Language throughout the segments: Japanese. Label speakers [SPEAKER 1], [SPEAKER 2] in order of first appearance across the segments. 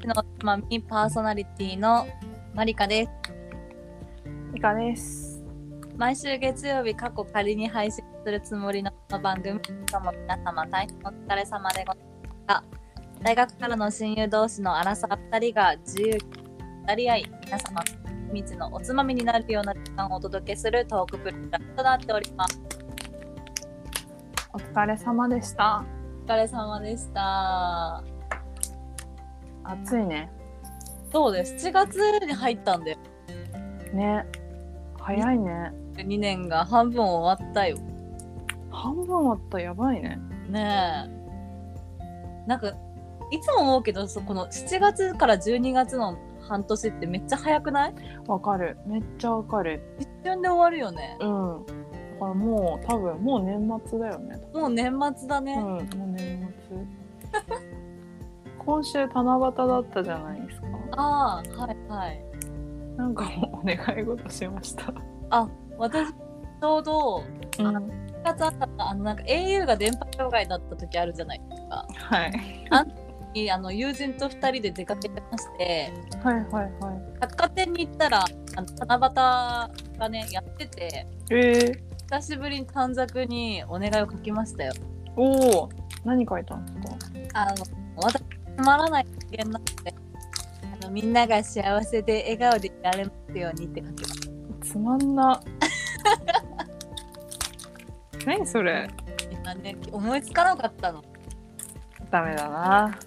[SPEAKER 1] ちのつまみパーソナリティのマリカです。
[SPEAKER 2] いかです。
[SPEAKER 1] 毎週月曜日過去仮に配信するつもりのこの番組どうも皆様大変お疲れ様でございますが大学からの親友同士のアラサー2人が自由に語り合い皆様の秘密のおつまみになるような時間をお届けするトークプログラムとなっております
[SPEAKER 2] お疲れ様でした。
[SPEAKER 1] お疲れ様でした
[SPEAKER 2] 暑いね。
[SPEAKER 1] そうです7月に入ったんで
[SPEAKER 2] ね。早いね。
[SPEAKER 1] 2年が半分終わったよ
[SPEAKER 2] 半分終わったやばいね。
[SPEAKER 1] ねえなんかいつも思うけどそこの7月から12月の半年ってめっちゃ早くない
[SPEAKER 2] わかる。めっちゃわかる。
[SPEAKER 1] 一瞬で終わるよね
[SPEAKER 2] うん。だからもう多分もう年末だよね。
[SPEAKER 1] もう年末だ
[SPEAKER 2] うん。
[SPEAKER 1] ね、
[SPEAKER 2] もう年末。 今週七夕だったじゃないですか。
[SPEAKER 1] ああはいはい
[SPEAKER 2] なんかもうお願い事しました。
[SPEAKER 1] 私ちょうど
[SPEAKER 2] うん。
[SPEAKER 1] 7月あったあのなんか au が電波障害だった時あるじゃないですか
[SPEAKER 2] はい。
[SPEAKER 1] にあの友人と2人で出かけてまして
[SPEAKER 2] はいはいはい。
[SPEAKER 1] 百貨店に行ったらあの七夕がねやってて
[SPEAKER 2] ええ
[SPEAKER 1] 久しぶりに短冊にお願いを書きましたよ
[SPEAKER 2] おお。何書いたんですか。
[SPEAKER 1] あの私つまらない人間なのであのみんなが幸せで笑顔でいられますようにって書きます
[SPEAKER 2] つまんな。 何それ。
[SPEAKER 1] 今ね思いつかなかったの
[SPEAKER 2] ダメだな。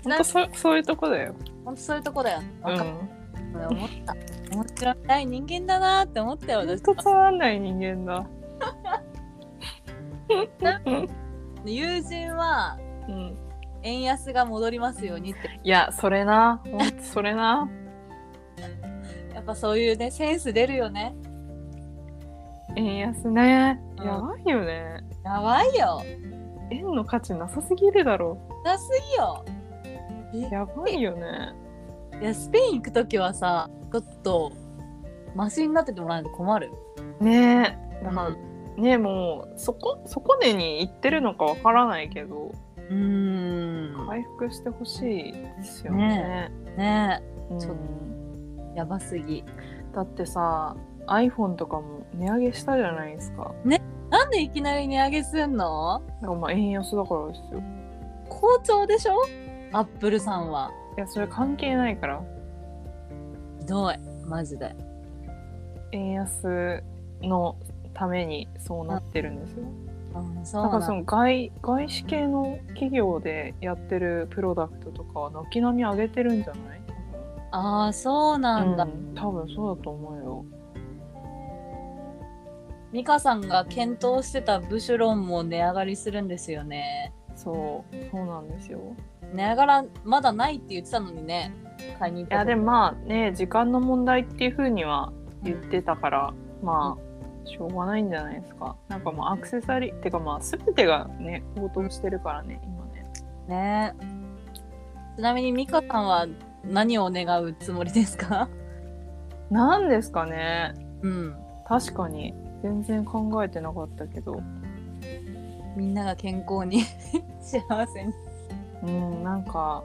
[SPEAKER 1] ち
[SPEAKER 2] 本
[SPEAKER 1] な
[SPEAKER 2] 当
[SPEAKER 1] みに
[SPEAKER 2] そそういうとこだよ。
[SPEAKER 1] 本当そういうとこだよね
[SPEAKER 2] う
[SPEAKER 1] わかっ
[SPEAKER 2] ん。
[SPEAKER 1] た、思った面白いない人間だなって思ったよ
[SPEAKER 2] 本
[SPEAKER 1] 私
[SPEAKER 2] 当つまんない人間だ。
[SPEAKER 1] 友人は
[SPEAKER 2] うん。
[SPEAKER 1] 円安が戻りますようにって
[SPEAKER 2] いやそれな。ほんとそれな。
[SPEAKER 1] やっぱそういうねセンス出るよね
[SPEAKER 2] 円安ね。
[SPEAKER 1] うん
[SPEAKER 2] やばいよね。
[SPEAKER 1] やばいよ
[SPEAKER 2] 円の価値なさすぎるだろ
[SPEAKER 1] なすぎよえ
[SPEAKER 2] やばいよね。
[SPEAKER 1] いやスペイン行く時はさちょっとマシになっててもらわないと困る
[SPEAKER 2] ねえ。だから、ねえもうそこそこでに行ってるのかわからないけど
[SPEAKER 1] うーん
[SPEAKER 2] 回復してほしいですよね。
[SPEAKER 1] ねえ
[SPEAKER 2] うん
[SPEAKER 1] ちょっやばすぎ。
[SPEAKER 2] だってさ iPhone とかも値上げしたじゃないですか
[SPEAKER 1] なんでいきなり値上げすんの
[SPEAKER 2] だからまあ円安だからですよ
[SPEAKER 1] 好調でしょアップルさんは。
[SPEAKER 2] いやそれ関係ないから
[SPEAKER 1] ひどい。マジで。
[SPEAKER 2] 円安のためにそうなってるんですよ
[SPEAKER 1] うん、そう
[SPEAKER 2] だから
[SPEAKER 1] な
[SPEAKER 2] そ
[SPEAKER 1] の。
[SPEAKER 2] の外外資系の企業でやってるプロダクトとかは軒並み上げてるんじゃない
[SPEAKER 1] ああ、そうなんだ。
[SPEAKER 2] うん多分そうだと思うよ
[SPEAKER 1] ミカさんが検討してたブシュロンも値上がりするんですよね。
[SPEAKER 2] そうそうなんですよ
[SPEAKER 1] 値上がらまだないって言ってたのにね。買いに行っ
[SPEAKER 2] い
[SPEAKER 1] た
[SPEAKER 2] やで
[SPEAKER 1] も、
[SPEAKER 2] もまあね時間の問題っていうふうには言ってたから、まあしょうがないんじゃないですかなんかまあアクセサリーってかまあ全てがね高騰してるからね今ね
[SPEAKER 1] ねちなみにミカさんは何を願うつもりですか
[SPEAKER 2] なんですかね
[SPEAKER 1] うん。
[SPEAKER 2] 確かに全然考えてなかったけど
[SPEAKER 1] みんなが健康に 幸せに。
[SPEAKER 2] うんなんか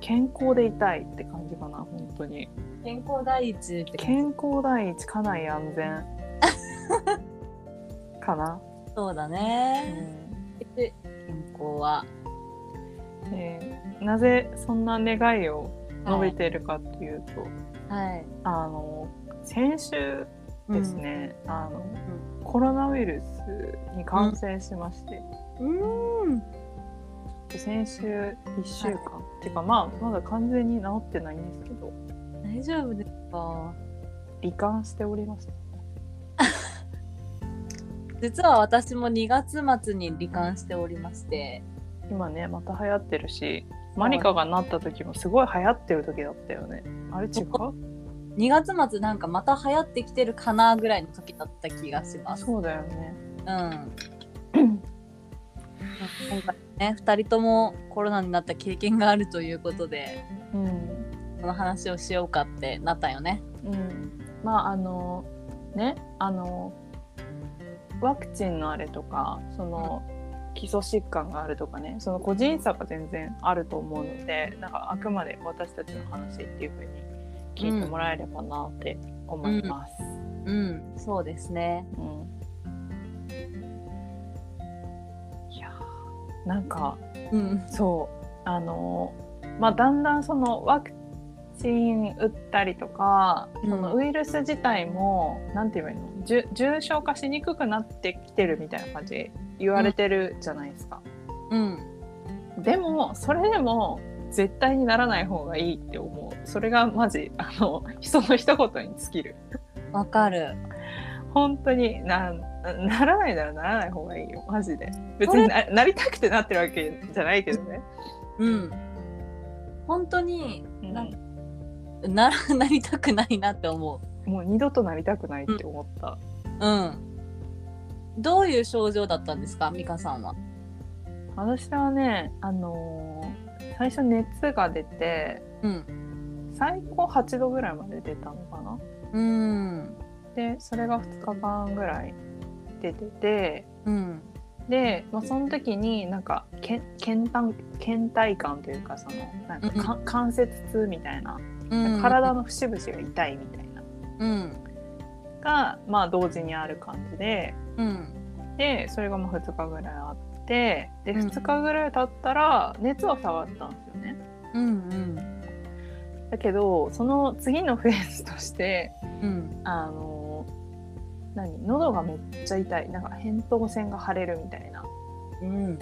[SPEAKER 2] 健康でいたいって感じかな本当に
[SPEAKER 1] 健康第一って感じ
[SPEAKER 2] 健康第一家内安全かな、
[SPEAKER 1] そうだ
[SPEAKER 2] う
[SPEAKER 1] ね。
[SPEAKER 2] ん
[SPEAKER 1] で健康は、
[SPEAKER 2] えーなぜそんな願いを述べているかっていうと、
[SPEAKER 1] はい、
[SPEAKER 2] あの先週ですね、あのコロナウイルスに感染しまして、
[SPEAKER 1] うん。うん。
[SPEAKER 2] 先週1週間、っていうかまあまだ完全に治ってないんですけど
[SPEAKER 1] 大丈夫ですか。
[SPEAKER 2] 罹患しておりました
[SPEAKER 1] 実は私も2月末に罹患しておりまして、
[SPEAKER 2] 今ねまた流行ってるしマリカがなった時もすごい流行ってる時だったよねあれ違う
[SPEAKER 1] 2月末なんかまた流行ってきてるかなぐらいの時だった気がします。
[SPEAKER 2] そうだよね
[SPEAKER 1] うん。今回ね、2人ともコロナになった経験があるということで、
[SPEAKER 2] うん
[SPEAKER 1] この話をしようかってなったよね。
[SPEAKER 2] うん、まああのねあのワクチンのあれとかその、基礎疾患があるとかねその個人差が全然あると思うのでなんかあくまで私たちの話っていう風に聞いてもらえればなって思います。
[SPEAKER 1] うん、そうですね。
[SPEAKER 2] うんいやーなんか
[SPEAKER 1] うん、
[SPEAKER 2] そうあのーまあだんだんそのワクチン打ったりとかそのウイルス自体も何て言えばいいのじゅ重症化しにくくなってきてるみたいな感じ言われてるじゃないですか。
[SPEAKER 1] うん、
[SPEAKER 2] でもそれでも絶対にならない方がいいって思うそれがマジあの人の一言に尽きる
[SPEAKER 1] わかる。
[SPEAKER 2] 本当になならないならならない方がいいよマジで別にななりたくてなってるわけじゃないけどね、
[SPEAKER 1] うん。本当に
[SPEAKER 2] うん
[SPEAKER 1] なんなら なりたくないなって思う。
[SPEAKER 2] もう二度となりたくないって思った、
[SPEAKER 1] うん。どういう症状だったんですか、美香さんは。
[SPEAKER 2] 私はねあのー最初熱が出て
[SPEAKER 1] うん。
[SPEAKER 2] 最高8度ぐらいまで出たのかな
[SPEAKER 1] うん。
[SPEAKER 2] でそれが2日間ぐらい出てて
[SPEAKER 1] うん。
[SPEAKER 2] で、まあ、その時になんかけん倦怠倦怠感というかそのなんかか関節痛みたいな、
[SPEAKER 1] うん
[SPEAKER 2] 体。の節々が痛いみたいな
[SPEAKER 1] うん。
[SPEAKER 2] が、まあ、同時にある感じで
[SPEAKER 1] うん。
[SPEAKER 2] でそれがまあ2日ぐらいあってで
[SPEAKER 1] うん
[SPEAKER 2] 2日ぐらい経ったら熱は下がったんですよね。
[SPEAKER 1] うん。
[SPEAKER 2] だけどその次のフェーズとして
[SPEAKER 1] うん。
[SPEAKER 2] あの何喉がめっちゃ痛いなんか扁桃腺が腫れるみたいな。
[SPEAKER 1] うん。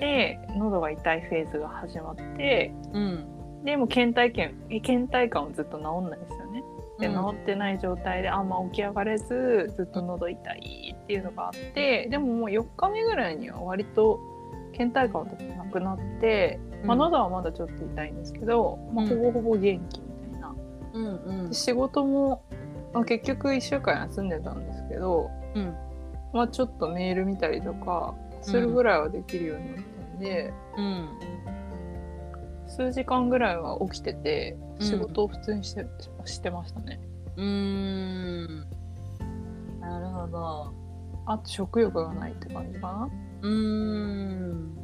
[SPEAKER 2] で喉が痛いフェーズが始まって
[SPEAKER 1] うん。
[SPEAKER 2] でも倦怠感倦怠感をずっと治んないんですよね。で治ってない状態であんま起き上がれずずっと喉痛いっていうのがあってでももう4日目ぐらいには割と倦怠感とかなくなって、まあ、喉はまだちょっと痛いんですけど、まあ、
[SPEAKER 1] うん
[SPEAKER 2] ほぼほぼ元気みたいな。
[SPEAKER 1] うん。うん
[SPEAKER 2] で。仕事も、まあ、結局1週間休んでたんですけど、
[SPEAKER 1] うん。
[SPEAKER 2] まあ、ちょっとメール見たりとかするぐらいはできるようになったんで、
[SPEAKER 1] うん。
[SPEAKER 2] 数時間ぐらいは起きてて
[SPEAKER 1] うん
[SPEAKER 2] 仕事を普通にして,、してましたね。
[SPEAKER 1] うーん。なるほど。
[SPEAKER 2] あと食欲がないって感じかな。
[SPEAKER 1] うーん。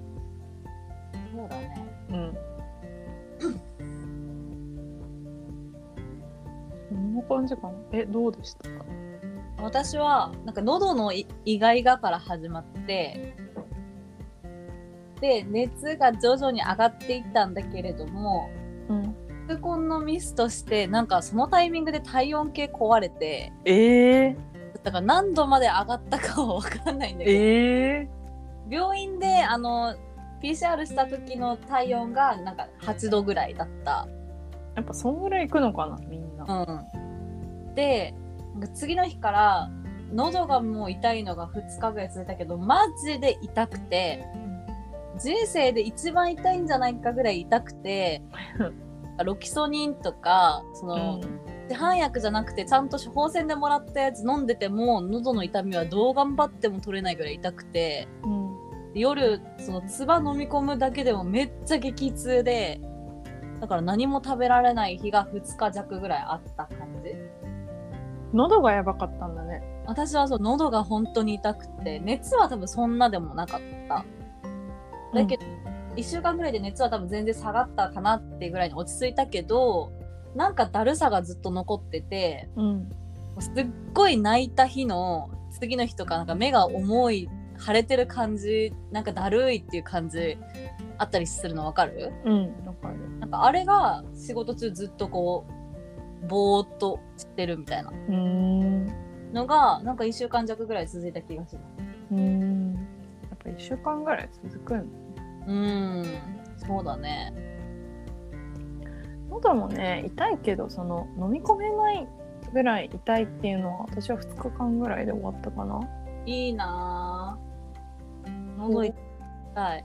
[SPEAKER 1] そうだね。
[SPEAKER 2] うん。こんな感じかな。え、どうでしたか。
[SPEAKER 1] 私は、なんか喉のいイガイガから始まって、で、熱が徐々に上がっていったんだけれども、
[SPEAKER 2] うん。
[SPEAKER 1] 痛恨のミスとして、なんかそのタイミングで体温計壊れて、
[SPEAKER 2] ええ
[SPEAKER 1] だから何度まで上がったかは分かんないんだけど、
[SPEAKER 2] ええ
[SPEAKER 1] 病院で、あの、PCR した時の体温がなんか8度ぐらいだった
[SPEAKER 2] やっぱそんぐらいいくのかな、みんな。
[SPEAKER 1] うん、でなんか次の日から喉がもう痛いのが2日ぐらい続いたけどマジで痛くて人生で一番痛いんじゃないかぐらい痛くてロキソニンとかその、市販薬じゃなくてちゃんと処方箋でもらったやつ飲んでても喉の痛みはどう頑張っても取れないぐらい痛くて
[SPEAKER 2] うん。
[SPEAKER 1] 夜その唾飲み込むだけでもめっちゃ激痛でだから何も食べられない日が2日弱ぐらいあった感じ
[SPEAKER 2] 喉がやばかったんだね。
[SPEAKER 1] 私はそう喉が本当に痛くて熱は多分そんなでもなかっただけど、1週間ぐらいで熱は多分全然下がったかなってぐらいに落ち着いたけどなんかだるさがずっと残ってて
[SPEAKER 2] うん。
[SPEAKER 1] すっごい泣いた日の次の日とかなんか目が重い腫れてる感じなんかだるいっていう感じあったりするの分かる
[SPEAKER 2] うん。わかる。
[SPEAKER 1] なんかあれが仕事中ずっとこうぼーっとしてるみたいな
[SPEAKER 2] うん。
[SPEAKER 1] のがなんか1週間弱ぐらい続いた気がします
[SPEAKER 2] うん。やっぱ一週間ぐらい続くん。
[SPEAKER 1] うーん、そうだね。
[SPEAKER 2] 喉もね、痛いけど、その飲み込めない。ぐらい痛いっていうのは私は2日間ぐらいで終わったかな。
[SPEAKER 1] いいなぁ。喉痛い。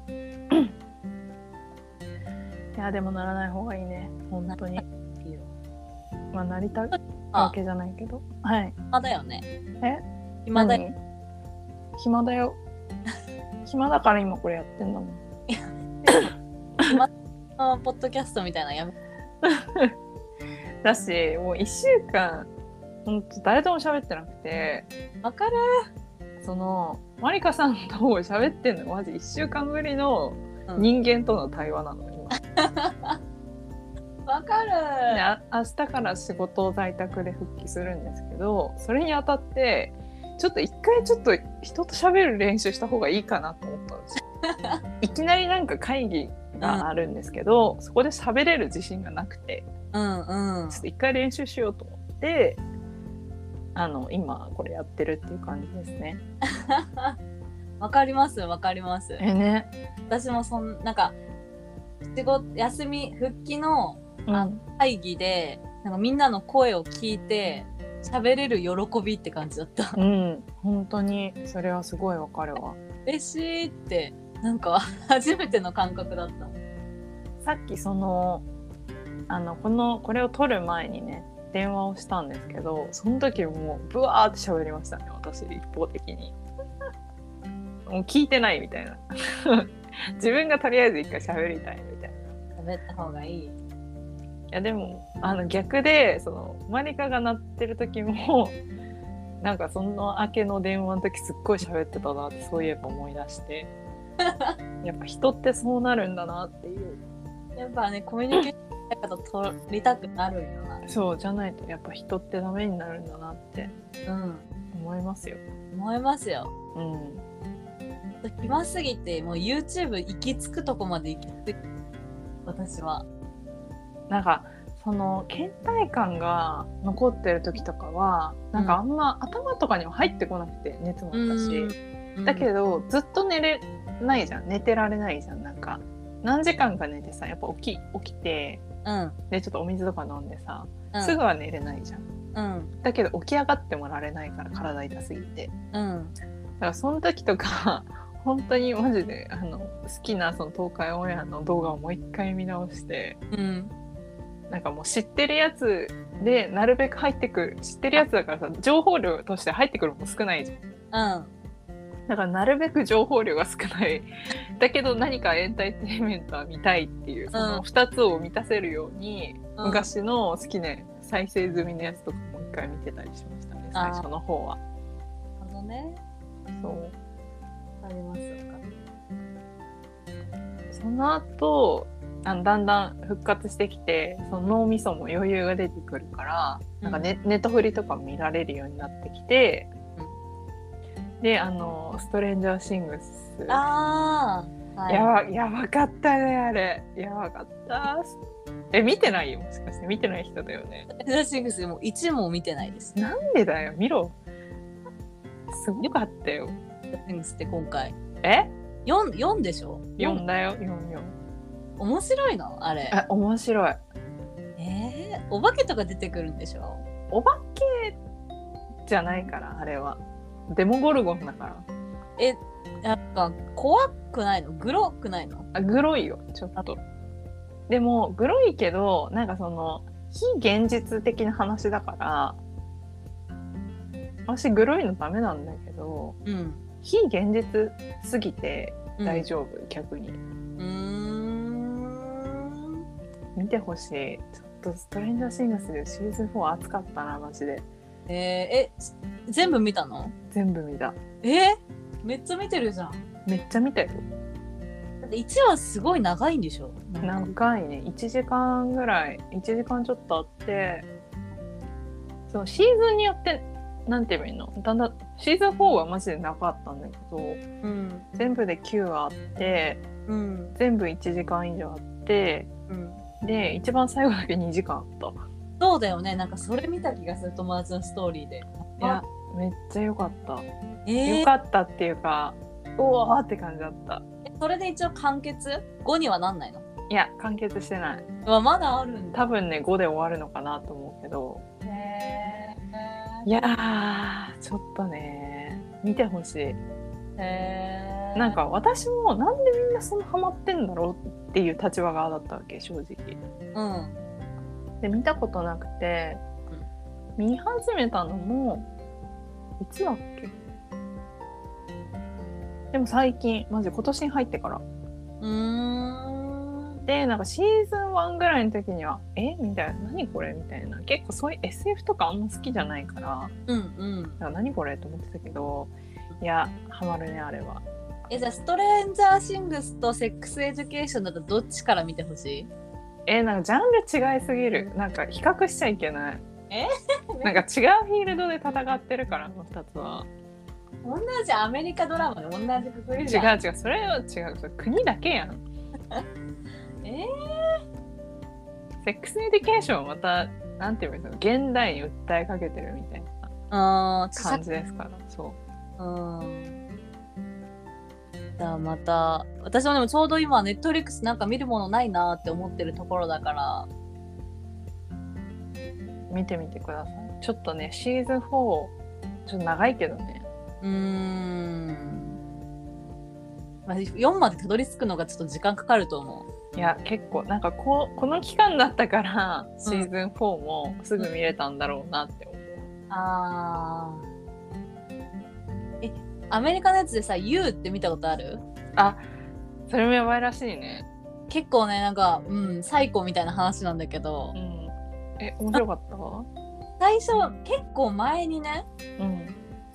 [SPEAKER 2] いやでもならない方がいいね本当に
[SPEAKER 1] いいよ
[SPEAKER 2] まあなりたいわ
[SPEAKER 1] あ、
[SPEAKER 2] けじゃないけどはい
[SPEAKER 1] 暇だよね。
[SPEAKER 2] え
[SPEAKER 1] 暇だよ。
[SPEAKER 2] よ暇だよ暇だから今これやってんだもん
[SPEAKER 1] あポッドキャストみたいなのやめ。
[SPEAKER 2] だしもう1週間ほんと誰とも喋ってなくて
[SPEAKER 1] わかる。
[SPEAKER 2] そのマリカさんと喋ってんのマジ1週間ぶりの
[SPEAKER 1] うん
[SPEAKER 2] 人間との対話なの今、
[SPEAKER 1] わかる
[SPEAKER 2] であ明日から仕事を在宅で復帰するんですけどそれにあたってちょっと一回ちょっと人と喋る練習した方がいいかなと思ったんですよいきなりなんか会議があるんですけど、そこで喋れる自信がなくて
[SPEAKER 1] うんうん
[SPEAKER 2] ちょっと一回練習しようと思ってあの今これやってるっていう感じですね。
[SPEAKER 1] わかりますわかります
[SPEAKER 2] えね、
[SPEAKER 1] 私もそんなんか仕事休み復帰の
[SPEAKER 2] あ
[SPEAKER 1] 会議でなんかみんなの声を聞いて喋れる喜びって感じだった
[SPEAKER 2] うん、本当にそれはすごいわかるわ。
[SPEAKER 1] 嬉しいってなんか初めての感覚だった
[SPEAKER 2] さっきそのあのこのこれを撮る前にね電話をしたんですけどその時もうブワーって喋りましたね私一方的に。もう聞いてないみたいな 自分がとりあえず一回喋りたいみたいな。
[SPEAKER 1] 喋った方がいい
[SPEAKER 2] いやでもあの逆でそのマリカが鳴ってる時も なんかその明けの電話の時すっごい喋ってたなってそういえば思い出してやっぱ人ってそうなるんだなっていう
[SPEAKER 1] やっぱねコミュニケーションの方と取りたくなるよ
[SPEAKER 2] そうじゃないとやっぱ人ってダメになるんだなって
[SPEAKER 1] なうん
[SPEAKER 2] 思いますよ。
[SPEAKER 1] 思いますよ
[SPEAKER 2] うん、
[SPEAKER 1] 暇すぎてもう YouTube 行き着くとこまで行き着く私は
[SPEAKER 2] なんかその倦怠感が残ってる時とかはなんかあんま頭とかにも入ってこなくて熱もあったし。だけどずっと寝れないじゃん寝てられないじゃんなんか何時間か寝てさやっぱ起き起きて
[SPEAKER 1] うん
[SPEAKER 2] でちょっとお水とか飲んでさ
[SPEAKER 1] うん
[SPEAKER 2] すぐは寝れないじゃん
[SPEAKER 1] うん
[SPEAKER 2] だけど起き上がってもられないから体痛すぎて
[SPEAKER 1] うん
[SPEAKER 2] だからその時とか 本当にマジであの好きなその東海オンエアの動画をもう一回見直して
[SPEAKER 1] うん
[SPEAKER 2] なんかもう知ってるやつでなるべく入ってくる知ってるやつだからさ情報量として入ってくるのも少ないじゃん
[SPEAKER 1] うん
[SPEAKER 2] だからなるべく情報量が少ないだけど何かエンターテインメントは見たいっていうその2つを満たせるように、
[SPEAKER 1] うん
[SPEAKER 2] 昔の好きな再生済みのやつとかもう一回見てたりしましたね
[SPEAKER 1] あ
[SPEAKER 2] 最
[SPEAKER 1] ー
[SPEAKER 2] 初の方は。
[SPEAKER 1] あのね
[SPEAKER 2] そう
[SPEAKER 1] ありますか
[SPEAKER 2] その後あのだんだん復活してきてその脳みそも余裕が出てくるからなんか、ねネットフリとかも見られるようになってきて、であの「ストレンジャーシングス」
[SPEAKER 1] ああはい
[SPEAKER 2] やばやばかったねあれやばかったえ見てないよもしかして見てない人だよね
[SPEAKER 1] ストレンジャーシングスもう1も見てないです。ス
[SPEAKER 2] なんでだよ見ろすごかったよ
[SPEAKER 1] トレンジャーシングスって今回
[SPEAKER 2] え
[SPEAKER 1] 4, 4でしょ
[SPEAKER 2] 読んだよ読んよ
[SPEAKER 1] 面白いのあれ。
[SPEAKER 2] あ面白い
[SPEAKER 1] えー、お化けとか出てくるんでしょ
[SPEAKER 2] お化けじゃないからあれはデモゴルゴンだから
[SPEAKER 1] なんか怖くないのグロくないの
[SPEAKER 2] あグロいよちょっとでもグロいけどなんかその非現実的な話だから私グロいのダメなんだけど
[SPEAKER 1] うん。
[SPEAKER 2] 非現実すぎて
[SPEAKER 1] うん
[SPEAKER 2] 大丈夫、逆に
[SPEAKER 1] うーん。
[SPEAKER 2] 見てほしいちょっと「ストレンジャーシングス」でシーズン4熱かったなマジで
[SPEAKER 1] えー、え、す全部見たの
[SPEAKER 2] 全部見た
[SPEAKER 1] えー、めっちゃ見てるじゃん。
[SPEAKER 2] めっちゃ見たよ
[SPEAKER 1] だって1はすごい長いんでしょなんか
[SPEAKER 2] 長いね1時間ぐらい1時間ちょっとあってそのシーズンによってなんて言えばいいのだんだんシーズン4はマジでなかったんだけど
[SPEAKER 1] うん。
[SPEAKER 2] 全部で9話あって
[SPEAKER 1] うん。
[SPEAKER 2] 全部1時間以上あって
[SPEAKER 1] うん。
[SPEAKER 2] で一番最後だけ2時間あった
[SPEAKER 1] そうだよね。なんかそれ見た気がする友達のストーリーで。
[SPEAKER 2] いやめっちゃ良かった
[SPEAKER 1] えー
[SPEAKER 2] 良かったっていうか、うわーって感じだった。
[SPEAKER 1] えそれで一応完結後にはなんないの
[SPEAKER 2] いや、完結してない。
[SPEAKER 1] うわまだあるんだ
[SPEAKER 2] 多分ね、5で終わるのかなと思うけど。
[SPEAKER 1] へ
[SPEAKER 2] いやー、ちょっとね、見てほしい。
[SPEAKER 1] えへえ
[SPEAKER 2] なんか私もなんでみんなそんなハマってんだろうっていう立場側だったわけ、正直。
[SPEAKER 1] うん
[SPEAKER 2] で、見たことなくて、見始めたのも、いつだっけでも最近、マジ今年に入ってから。
[SPEAKER 1] うーん
[SPEAKER 2] でなんかシーズン1ぐらいの時には「えみたいな「何これ?」みたいな結構そういう SF とかあんま好きじゃないから
[SPEAKER 1] うんうん
[SPEAKER 2] 「なんか何これ?」と思ってたけどいやハマるねあれは
[SPEAKER 1] えじゃあストレンジャーシングスとセックスエデュケーションだとどっちから見てほしい
[SPEAKER 2] えなんかジャンル違いすぎるなんか比較しちゃいけない
[SPEAKER 1] え
[SPEAKER 2] なんか違うフィールドで戦ってるからあの2つは
[SPEAKER 1] 同じアメリカドラマで同じくくり
[SPEAKER 2] 違
[SPEAKER 1] じゃん
[SPEAKER 2] う違うそれは違うそれ国だけやん
[SPEAKER 1] え
[SPEAKER 2] セックスエデュケーションはまたなんて言うんですか現代に訴えかけてるみたいな
[SPEAKER 1] あー
[SPEAKER 2] 感じですからそう
[SPEAKER 1] うんじゃあまた私もでもちょうど今ネットフリックスなんか見るものないなって思ってるところだから
[SPEAKER 2] 見てみてくださいちょっとねシーズン4ちょっと長いけどね
[SPEAKER 1] うーん、まあ、4までたどり着くのがちょっと時間かかると思う
[SPEAKER 2] いや結構なんかこうこの期間だったからシーズン4もすぐ見れたんだろうなって思う、
[SPEAKER 1] あえアメリカのやつでさ「YOU」って見たことある
[SPEAKER 2] それもやばいらしいね
[SPEAKER 1] 結構ねなんかうんサイコみたいな話なんだけど
[SPEAKER 2] うんえ面白かった
[SPEAKER 1] 最初結構前にね
[SPEAKER 2] うん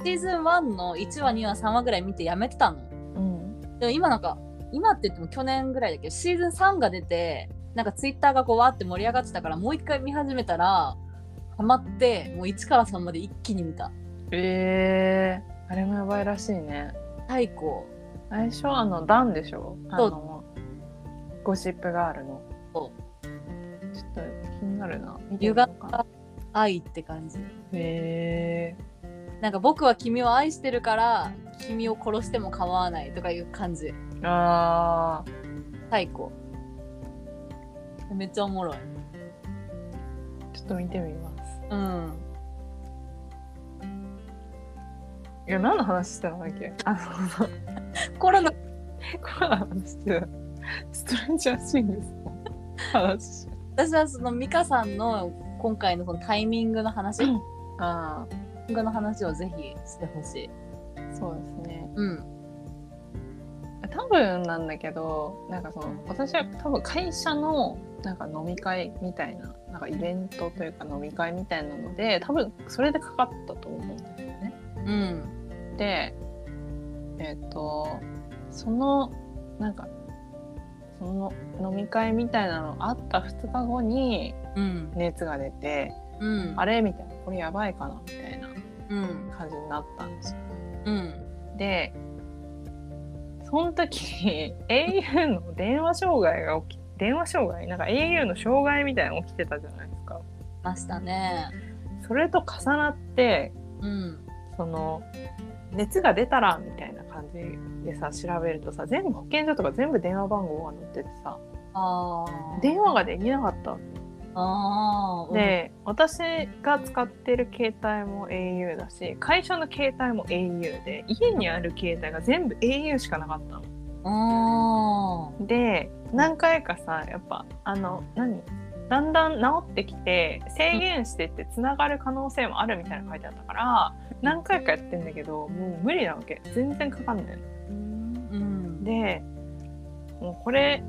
[SPEAKER 1] シーズン1の1話2話3話ぐらい見てやめてたの
[SPEAKER 2] うん
[SPEAKER 1] でも今なんか今って言っても去年ぐらいだけどシーズン3が出てなんかツイッターがこうわーって盛り上がってたからもう一回見始めたらハマってもう1から3まで一気に見た
[SPEAKER 2] えー、あれもやばいらしいね
[SPEAKER 1] 太鼓
[SPEAKER 2] 最初あのダンでしょあ
[SPEAKER 1] そう
[SPEAKER 2] のゴシップガールの
[SPEAKER 1] そ
[SPEAKER 2] ちょっと気になるな見
[SPEAKER 1] ゆ
[SPEAKER 2] みよ
[SPEAKER 1] が
[SPEAKER 2] うかな
[SPEAKER 1] った愛って感じ
[SPEAKER 2] へえ
[SPEAKER 1] なんか僕は君を愛してるから君を殺しても構わないとかいう感じ
[SPEAKER 2] ー、あ
[SPEAKER 1] 太鼓めっちゃおもろい
[SPEAKER 2] ーちょっと見てみます
[SPEAKER 1] うん
[SPEAKER 2] いや何の話してたんだっ けあの
[SPEAKER 1] コロナ
[SPEAKER 2] コロナの話してたストレンジャーシングスの 話
[SPEAKER 1] 私はその美香さんの今回のそのタイミングの話タイ
[SPEAKER 2] あ
[SPEAKER 1] ミングの話をぜひしてほしい
[SPEAKER 2] あそうですね
[SPEAKER 1] うん
[SPEAKER 2] 多分なんだけどなんかその私は多分会社のなんか飲み会みたいななんかイベントというか飲み会みたいなので多分それでかかったと思うんですよね
[SPEAKER 1] うん
[SPEAKER 2] でえっ、とそのなんかその飲み会みたいなのあった2日後に
[SPEAKER 1] うん。
[SPEAKER 2] 熱が出て
[SPEAKER 1] うん。
[SPEAKER 2] あれみたいなこれやばいかなみたいな
[SPEAKER 1] うん。
[SPEAKER 2] 感じになったんですよ
[SPEAKER 1] うん。
[SPEAKER 2] でその時に au の電話障害が起き電話障害なんか au の障害みたいなの起きてたじゃないですか
[SPEAKER 1] ましたね。
[SPEAKER 2] それと重なって
[SPEAKER 1] うん。
[SPEAKER 2] その熱が出たらみたいな感じでさ調べるとさ全部保健所とか全部電話番号が載っててさ
[SPEAKER 1] ああ。
[SPEAKER 2] 電話ができなかったわけ
[SPEAKER 1] ああ。、
[SPEAKER 2] で、私が使ってる携帯も au だし会社の携帯も au で家にある携帯が全部 au しかなかったの。
[SPEAKER 1] あ
[SPEAKER 2] で何回かさやっぱあの何だんだん治ってきて制限してってつながる可能性もあるみたいなの書いてあったから何回かやってんだけどもう無理なわけ全然かかんないの
[SPEAKER 1] あ。うん。
[SPEAKER 2] でもうこれ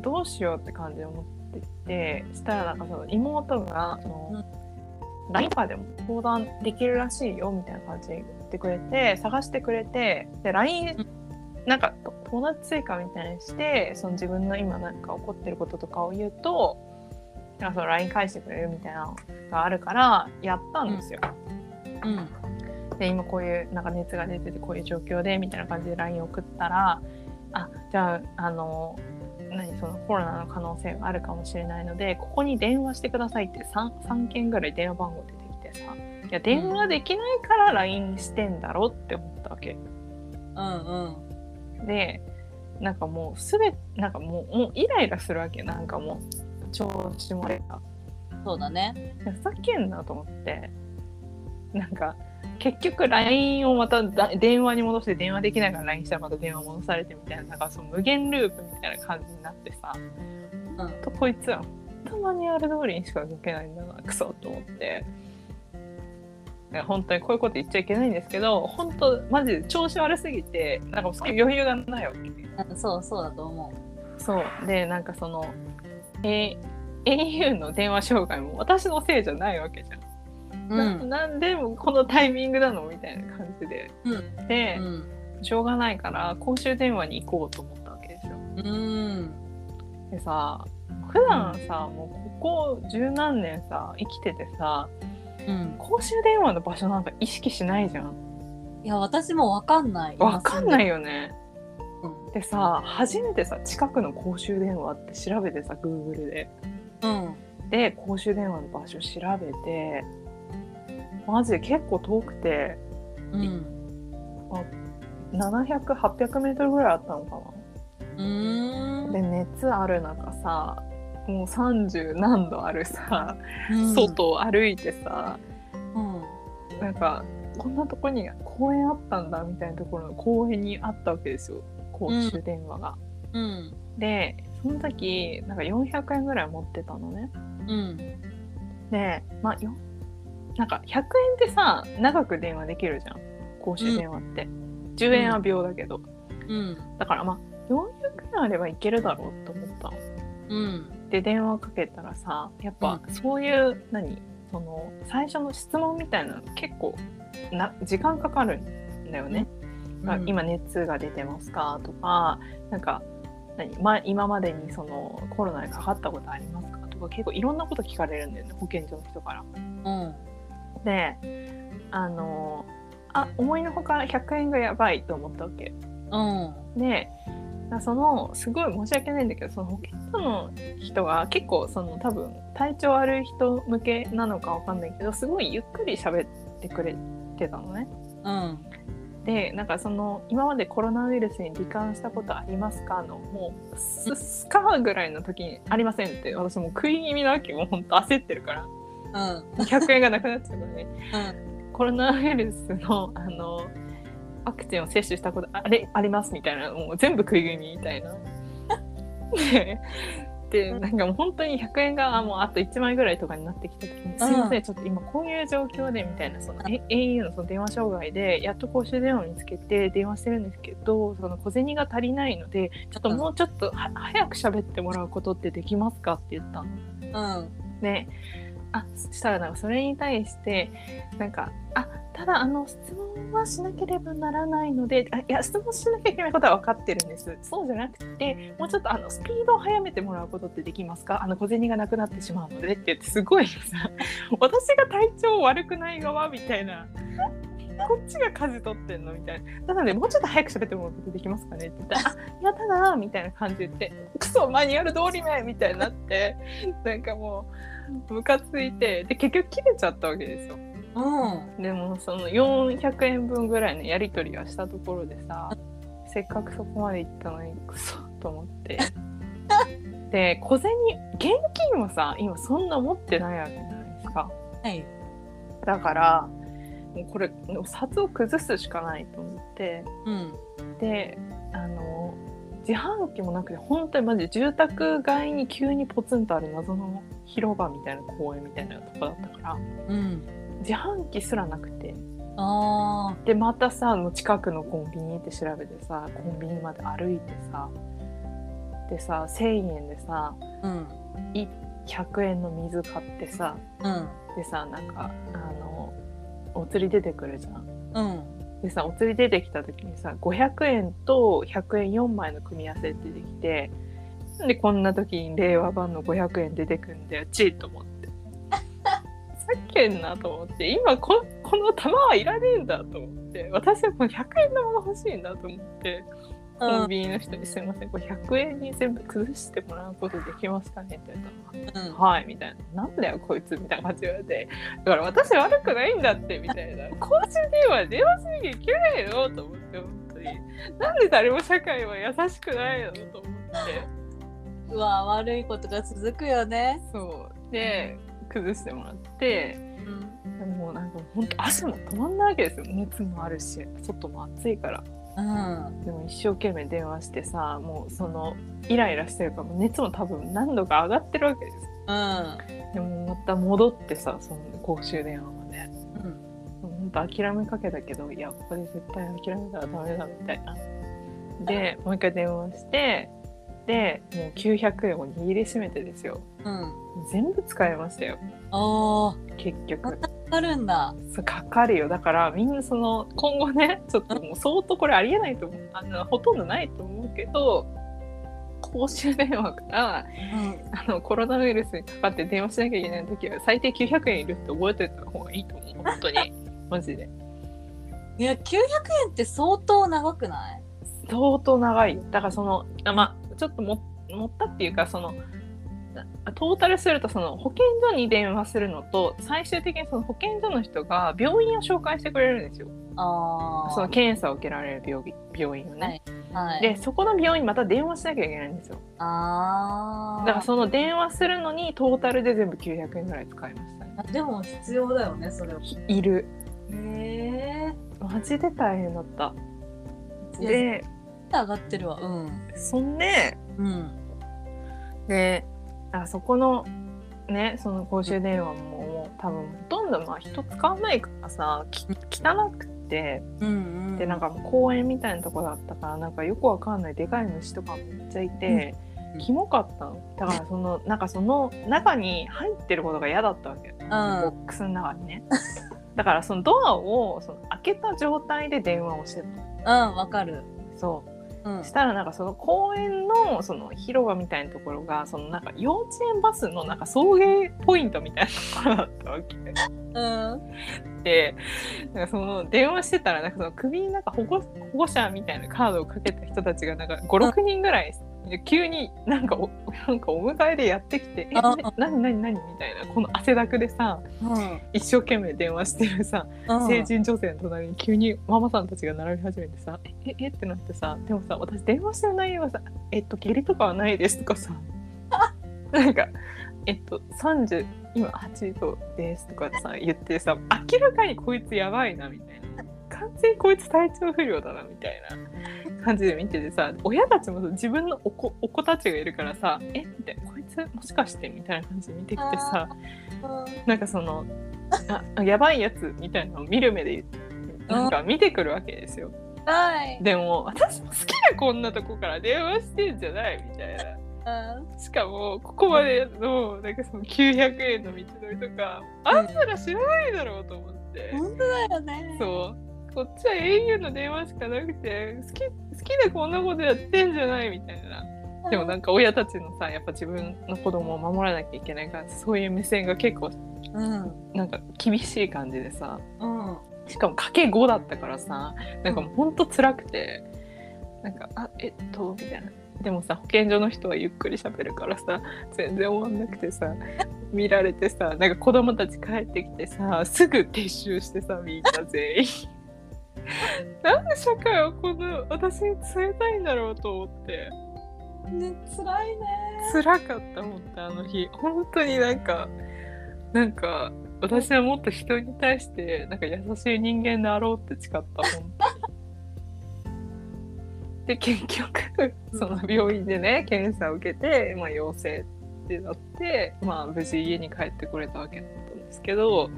[SPEAKER 2] どうしようって感じで思っててしたらなんかその妹がその
[SPEAKER 1] う
[SPEAKER 2] LINE とかでも相談できるらしいよみたいな感じで言ってくれて探してくれてで LINE なんかと友達追加みたいにしてその自分の今なんか起こってることとかを言うとなんかその LINE 返してくれるみたいなのがあるからやったんですよ。
[SPEAKER 1] うん。
[SPEAKER 2] で今こういうなんか熱が出ててこういう状況でみたいな感じで LINE 送ったらあじゃああの何そのコロナの可能性があるかもしれないのでここに電話してくださいって 3, 3件ぐらい電話番号出てきてさいや電話できないから LINE してんだろって思ったわけ
[SPEAKER 1] うん。
[SPEAKER 2] でなんかもうすべなんかもうもうイライラするわけなんかもう調子もあれが
[SPEAKER 1] うん。そうだね。
[SPEAKER 2] いやふざけんなと思ってなんか結局 LINE をまただ電話に戻して電話できないから LINE したらまた電話戻されてみたいななんかその無限ループみたいな感じになってさ、ほんとこいつはたまにある通りにしか動けないんだなクソと思って。いや本当にこういうこと言っちゃいけないんですけど本当マジで調子悪すぎてなんかもうそういう余裕がないわけ
[SPEAKER 1] うんそう、そうだと思
[SPEAKER 2] そうでなんかその、えー au の電話障害も私のせいじゃないわけじゃん
[SPEAKER 1] う。
[SPEAKER 2] ななんでもこのタイミングなのみたいな感じで、
[SPEAKER 1] うん
[SPEAKER 2] で
[SPEAKER 1] う、ん
[SPEAKER 2] しょうがないから公衆電話に行こうと思ったわけですよ。
[SPEAKER 1] うん
[SPEAKER 2] でさ普段さもうここ十何年さ生きててさ
[SPEAKER 1] うん
[SPEAKER 2] 公衆電話の場所なんか意識しないじゃん
[SPEAKER 1] いや私もわかんない、
[SPEAKER 2] わかんないいよね
[SPEAKER 1] うん
[SPEAKER 2] でさ初めてさ近くの公衆電話って調べてさ Google で
[SPEAKER 1] うん、
[SPEAKER 2] で公衆電話の場所調べてマジで結構遠くて
[SPEAKER 1] うん
[SPEAKER 2] 700800メートルぐらいあったのか
[SPEAKER 1] うー
[SPEAKER 2] なんで熱ある中さもう30何度あるさ
[SPEAKER 1] うん
[SPEAKER 2] 外を歩いてさ、
[SPEAKER 1] うん
[SPEAKER 2] なんかこんなとこに公園あったんだみたいなところの公園にあったわけですよ公衆電話が。
[SPEAKER 1] うん
[SPEAKER 2] でその時なんか400円ぐらい持ってたのね。
[SPEAKER 1] うん
[SPEAKER 2] でまあよなんか100円ってさ長く電話できるじゃん公衆電話って。10円は秒だけど、
[SPEAKER 1] うん
[SPEAKER 2] だからまあ400円あればいけるだろうと思ったの。
[SPEAKER 1] うん
[SPEAKER 2] で電話かけたらさやっぱそういう、何その最初の質問みたいなの結構な時間かかるんだよね。あ今熱が出てますかとかなんか何、ま、今までにそのコロナにかかったことありますかとか結構いろんなこと聞かれるんだよね保健所の人から。
[SPEAKER 1] うん
[SPEAKER 2] であのあ思いのほか100円がやばいと思ったわけ。
[SPEAKER 1] うん
[SPEAKER 2] でそのすごい申し訳ないんだけどその保健所の人が結構その多分体調悪い人向けなのかわかんないけどすごいゆっくり喋ってくれてたのね。
[SPEAKER 1] うん
[SPEAKER 2] でなんかその今までコロナウイルスに罹患したことありますかのもうススカーぐらいの時に「ありません」って私もう食い気味なわけもうほんと焦ってるから
[SPEAKER 1] うん
[SPEAKER 2] 100円がなくなっちゃうからねコロナウイルスのあのワクチンを接種したことあれありますみたいなもう全部食い気味みたいな。ででなんかもう本当に100円があもうあと1枚ぐらいとかになってきた時に「すいませんちょっと今こういう状況で」みたいなそのえ au のその電話障害でやっと公衆電話見つけて電話してるんですけどその小銭が足りないのでちょっともうちょっとは早く喋ってもらうことってできますかって言ったの。
[SPEAKER 1] うん
[SPEAKER 2] ねあそしたらなんかそれに対してなんか「あただあの質問はしなければならないのであいや質問しなきゃいけないことは分かってるんですそうじゃなくてもうちょっとあのスピードを速めてもらうことってできますかあの小銭がなくなってしまうので」って言ってすごいさ私が体調悪くない側みたいな。こっちが舵取ってんのみたいな。なので、もうちょっと早く喋ってもらうことできますかねって言ったら、あいや、ただ、みたいな感じで言って、クソ、マニュアル通りめみたいになって、なんかもう、ムカついてで結局切れちゃったわけですよ
[SPEAKER 1] うん
[SPEAKER 2] でもその400円分ぐらいのやり取りはしたところでさせっかくそこまで行ったのにクソと思って で小銭現金もさ今そんな持ってないわけじゃないですか
[SPEAKER 1] はい
[SPEAKER 2] だからもうこれお札を崩すしかないと思って
[SPEAKER 1] うん
[SPEAKER 2] であの自販機もなくて本当にマジ住宅街に急にポツンとある謎の広場みたいな公園みたいなとこだったから
[SPEAKER 1] うん
[SPEAKER 2] 自販機すらなくて
[SPEAKER 1] あ
[SPEAKER 2] でまたさもう近くのコンビニって調べてさコンビニまで歩いてさでさ1,000円でさ
[SPEAKER 1] ーうん
[SPEAKER 2] 100円の水買ってさ
[SPEAKER 1] うん
[SPEAKER 2] でさなんかあのお釣り出てくるじゃん。
[SPEAKER 1] うん
[SPEAKER 2] でさお釣り出てきた時にさ500円と100円4枚の組み合わせ出てきてなんでこんな時に令和版の500円出てくんだよチーと思って。 ふざけんなと思って今ここの玉はいらねえんだと思って私はこの100円玉が欲しいんだと思ってコンビニの人に「すいませんこれ100円に全部崩してもらうことできますかね?」って言ったら
[SPEAKER 1] うん
[SPEAKER 2] はい」みたいな「なんだよこいつ」みたいな感じで言われてだから私悪くないんだってみたいな公衆電話電話しなきゃいけないのと思って本当になんで誰も社会は優しくないのと思って
[SPEAKER 1] うわ悪いことが続くよね
[SPEAKER 2] そうで崩してもらって
[SPEAKER 1] うん
[SPEAKER 2] でもうなんか本当汗も止まんないわけですよ熱もあるし外も暑いから
[SPEAKER 1] うん
[SPEAKER 2] でも一生懸命電話してさもうそのイライラしてるからもう熱も多分何度か上がってるわけです
[SPEAKER 1] うん
[SPEAKER 2] でもまた戻ってさその公衆電話まで
[SPEAKER 1] うん
[SPEAKER 2] 本当諦めかけたけどいやここで絶対諦めたらダメだみたいなでもう一回電話してでもう900円を握りしめてですよ
[SPEAKER 1] うん
[SPEAKER 2] 全部使いましたよ
[SPEAKER 1] ああ
[SPEAKER 2] 結局
[SPEAKER 1] またかるんだ。
[SPEAKER 2] そうかかるよだからみんなその今後ねちょっともう相当これありえないと思うあのほとんどないと思うけど公衆電話から
[SPEAKER 1] うん、
[SPEAKER 2] あのコロナウイルスにかかって電話しなきゃいけない時は最低900円いるって覚えておいた方がいいと思う本当にマジで
[SPEAKER 1] いや900円って相当長くない
[SPEAKER 2] 相当長いよだからそのあまあちょっとも持ったっていうかそのなトータルするとその保健所に電話するのと最終的にその保健所の人が病院を紹介してくれるんですよ
[SPEAKER 1] ああ。
[SPEAKER 2] その検査を受けられる病院病院をね、
[SPEAKER 1] はい、
[SPEAKER 2] でそこの病院にまた電話しなきゃいけないんですよ
[SPEAKER 1] あ
[SPEAKER 2] だ
[SPEAKER 1] あ。
[SPEAKER 2] からその電話するのにトータルで全部900円ぐらい使いましたね
[SPEAKER 1] でも必要だよね、それは。へ
[SPEAKER 2] いる
[SPEAKER 1] え。
[SPEAKER 2] マジで大変だった
[SPEAKER 1] いや
[SPEAKER 2] で
[SPEAKER 1] 上がってるわ。うん。
[SPEAKER 2] そんで
[SPEAKER 1] うん。
[SPEAKER 2] であそこのねその公衆電話ももう多分ほとんどまあ人使わないからさき汚くて
[SPEAKER 1] うんうん。
[SPEAKER 2] でなん
[SPEAKER 1] か。
[SPEAKER 2] かもう公園みたいなとこだったからなんかよくわかんないでかい虫とかもめっちゃいて、
[SPEAKER 1] うん
[SPEAKER 2] キモかったのだからそのなんかその中に入ってることが嫌だったわけよ、ボックスの中 にねだからそのドアをその開けた状態で電話をしてた
[SPEAKER 1] うん。うん、わかる。
[SPEAKER 2] そう
[SPEAKER 1] うん
[SPEAKER 2] し。たらなんかその公園のその広場みたいなところがそのなんか幼稚園バスのなんか送迎ポイントみたいなところだったわけ
[SPEAKER 1] うん。
[SPEAKER 2] でなんかその電話してたらなんかその首になんか保護保護者みたいなカードをかけた人たちがなんか56人ぐらい急になんかお なんかお迎えでやってきて「え
[SPEAKER 1] あ
[SPEAKER 2] な何何何?」みたいなこの汗だくでさ
[SPEAKER 1] うん。
[SPEAKER 2] 一生懸命電話してるさ
[SPEAKER 1] うん
[SPEAKER 2] 成人女性の隣に急にママさんたちが並び始めてさ「えええってなってさでもさ私電話してる内容はさ「えっと下痢とかはないです」とかさなんか「えっと30今8度です」とかさ言ってさ明らかにこいつやばいなみたいな完全にこいつ体調不良だなみたいな感じで見ててさ親たちもさ自分のお子お子たちがいるからさ「えみたいな「こいつもしかして」みたいな感じで見てきてさなんかそのあやばいやつみたいなのを見る目でなんか見てくるわけですよ。
[SPEAKER 1] はい。
[SPEAKER 2] でも私も好きだこんなとこから電話してんじゃないみたいな。
[SPEAKER 1] うん。
[SPEAKER 2] しかもここまでのなんかその900円の道のりとかあんたら知らないだろうと思って。
[SPEAKER 1] 本当だよね。
[SPEAKER 2] そうこっちは au の電話しかなくて好き好きでこんなことやってんじゃないみたいな。でもなんか親たちのさやっぱ自分の子供を守らなきゃいけないからそういう目線が結構
[SPEAKER 1] うん。
[SPEAKER 2] なんか厳しい感じでさ
[SPEAKER 1] うん。
[SPEAKER 2] しかもかけ5だったからさなんかもうほんと辛くてなんか「あえっと」みたいなでもさ保健所の人はゆっくり喋るからさ全然終わんなくてさ見られてさなんか子供たち帰ってきてさすぐ撤収してさみんな全 員。なんで社会はこんな私に伝えたいんだろうと思って
[SPEAKER 1] ね、辛いね。
[SPEAKER 2] 辛かったもんあの日本当になんかなんか私はもっと人に対してなんか優しい人間であろうって誓った本当にで結局その病院でね検査を受けて、まあ、陽性ってなって、まあ、無事家に帰ってこれたわけだったんですけど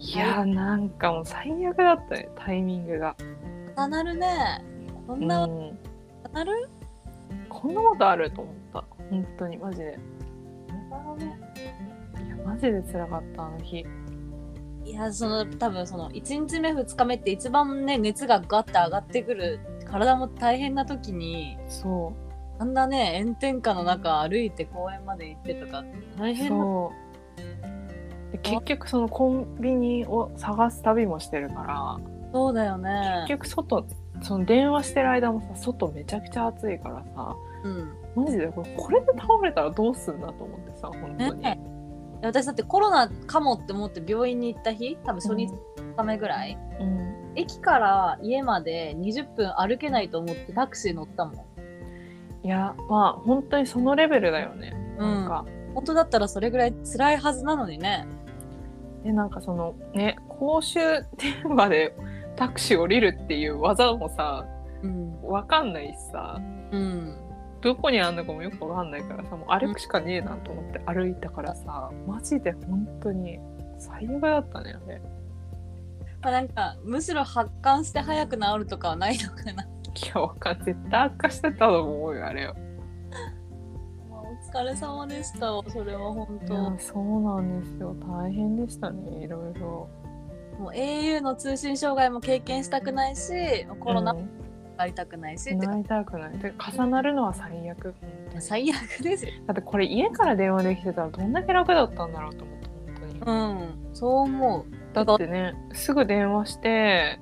[SPEAKER 2] いやーなんかもう最悪だったねタイミングが。
[SPEAKER 1] 重なるね。こんな
[SPEAKER 2] う
[SPEAKER 1] 重
[SPEAKER 2] ん
[SPEAKER 1] なる。
[SPEAKER 2] こんなことあると思った本当にマジでいやマジで辛かったあの日
[SPEAKER 1] いやその多分その1日目2日目って一番ね熱がガッて上がってくる体も大変な時に
[SPEAKER 2] そ
[SPEAKER 1] あんなね炎天下の中歩いて公園まで行ってとか大
[SPEAKER 2] う
[SPEAKER 1] 変な
[SPEAKER 2] そうで結局そのコンビニを探す旅もしてるか
[SPEAKER 1] そうだよ
[SPEAKER 2] ら
[SPEAKER 1] ね。
[SPEAKER 2] 結局外その電話してる間もさ外めちゃくちゃ暑いからさ
[SPEAKER 1] うん、
[SPEAKER 2] マジでこれこれで倒れたらどうすんだと思ってさ本当に、
[SPEAKER 1] ね私だってコロナかもって思って病院に行った日多分初日2日目ぐらい、
[SPEAKER 2] うん
[SPEAKER 1] 駅から家まで20分歩けないと思ってタクシー乗ったもん
[SPEAKER 2] いやまあ本当にそのレベルだよね、なんか
[SPEAKER 1] 本当だったらそれぐらい辛いはずなのにね
[SPEAKER 2] でなんかそのね公衆電話でタクシー降りるっていう技もさ
[SPEAKER 1] うん
[SPEAKER 2] わかんないしさ
[SPEAKER 1] うん
[SPEAKER 2] どこにあんのかもよくわかんないからさもう歩くしかねえなと思って歩いたからさマジで本当に最悪だったねあれ
[SPEAKER 1] まあ、なんかむしろ発汗して早く治るとかはない のかな。
[SPEAKER 2] いやわかん絶対悪化してたと思うよあれよ
[SPEAKER 1] もう疲れ様でしたわそれは本当、
[SPEAKER 2] いやそうなんですよ大変でしたねいろいろ
[SPEAKER 1] もう au の通信障害も経験したくないしコロナもやりたくないし、
[SPEAKER 2] うん
[SPEAKER 1] ってか
[SPEAKER 2] なりたくないで重なるのは最悪
[SPEAKER 1] 最悪ですよ
[SPEAKER 2] だってこれ家から電話できてたらどんだけ楽だったんだろうと思って本当に
[SPEAKER 1] うんそう思う
[SPEAKER 2] だってねすぐ電話して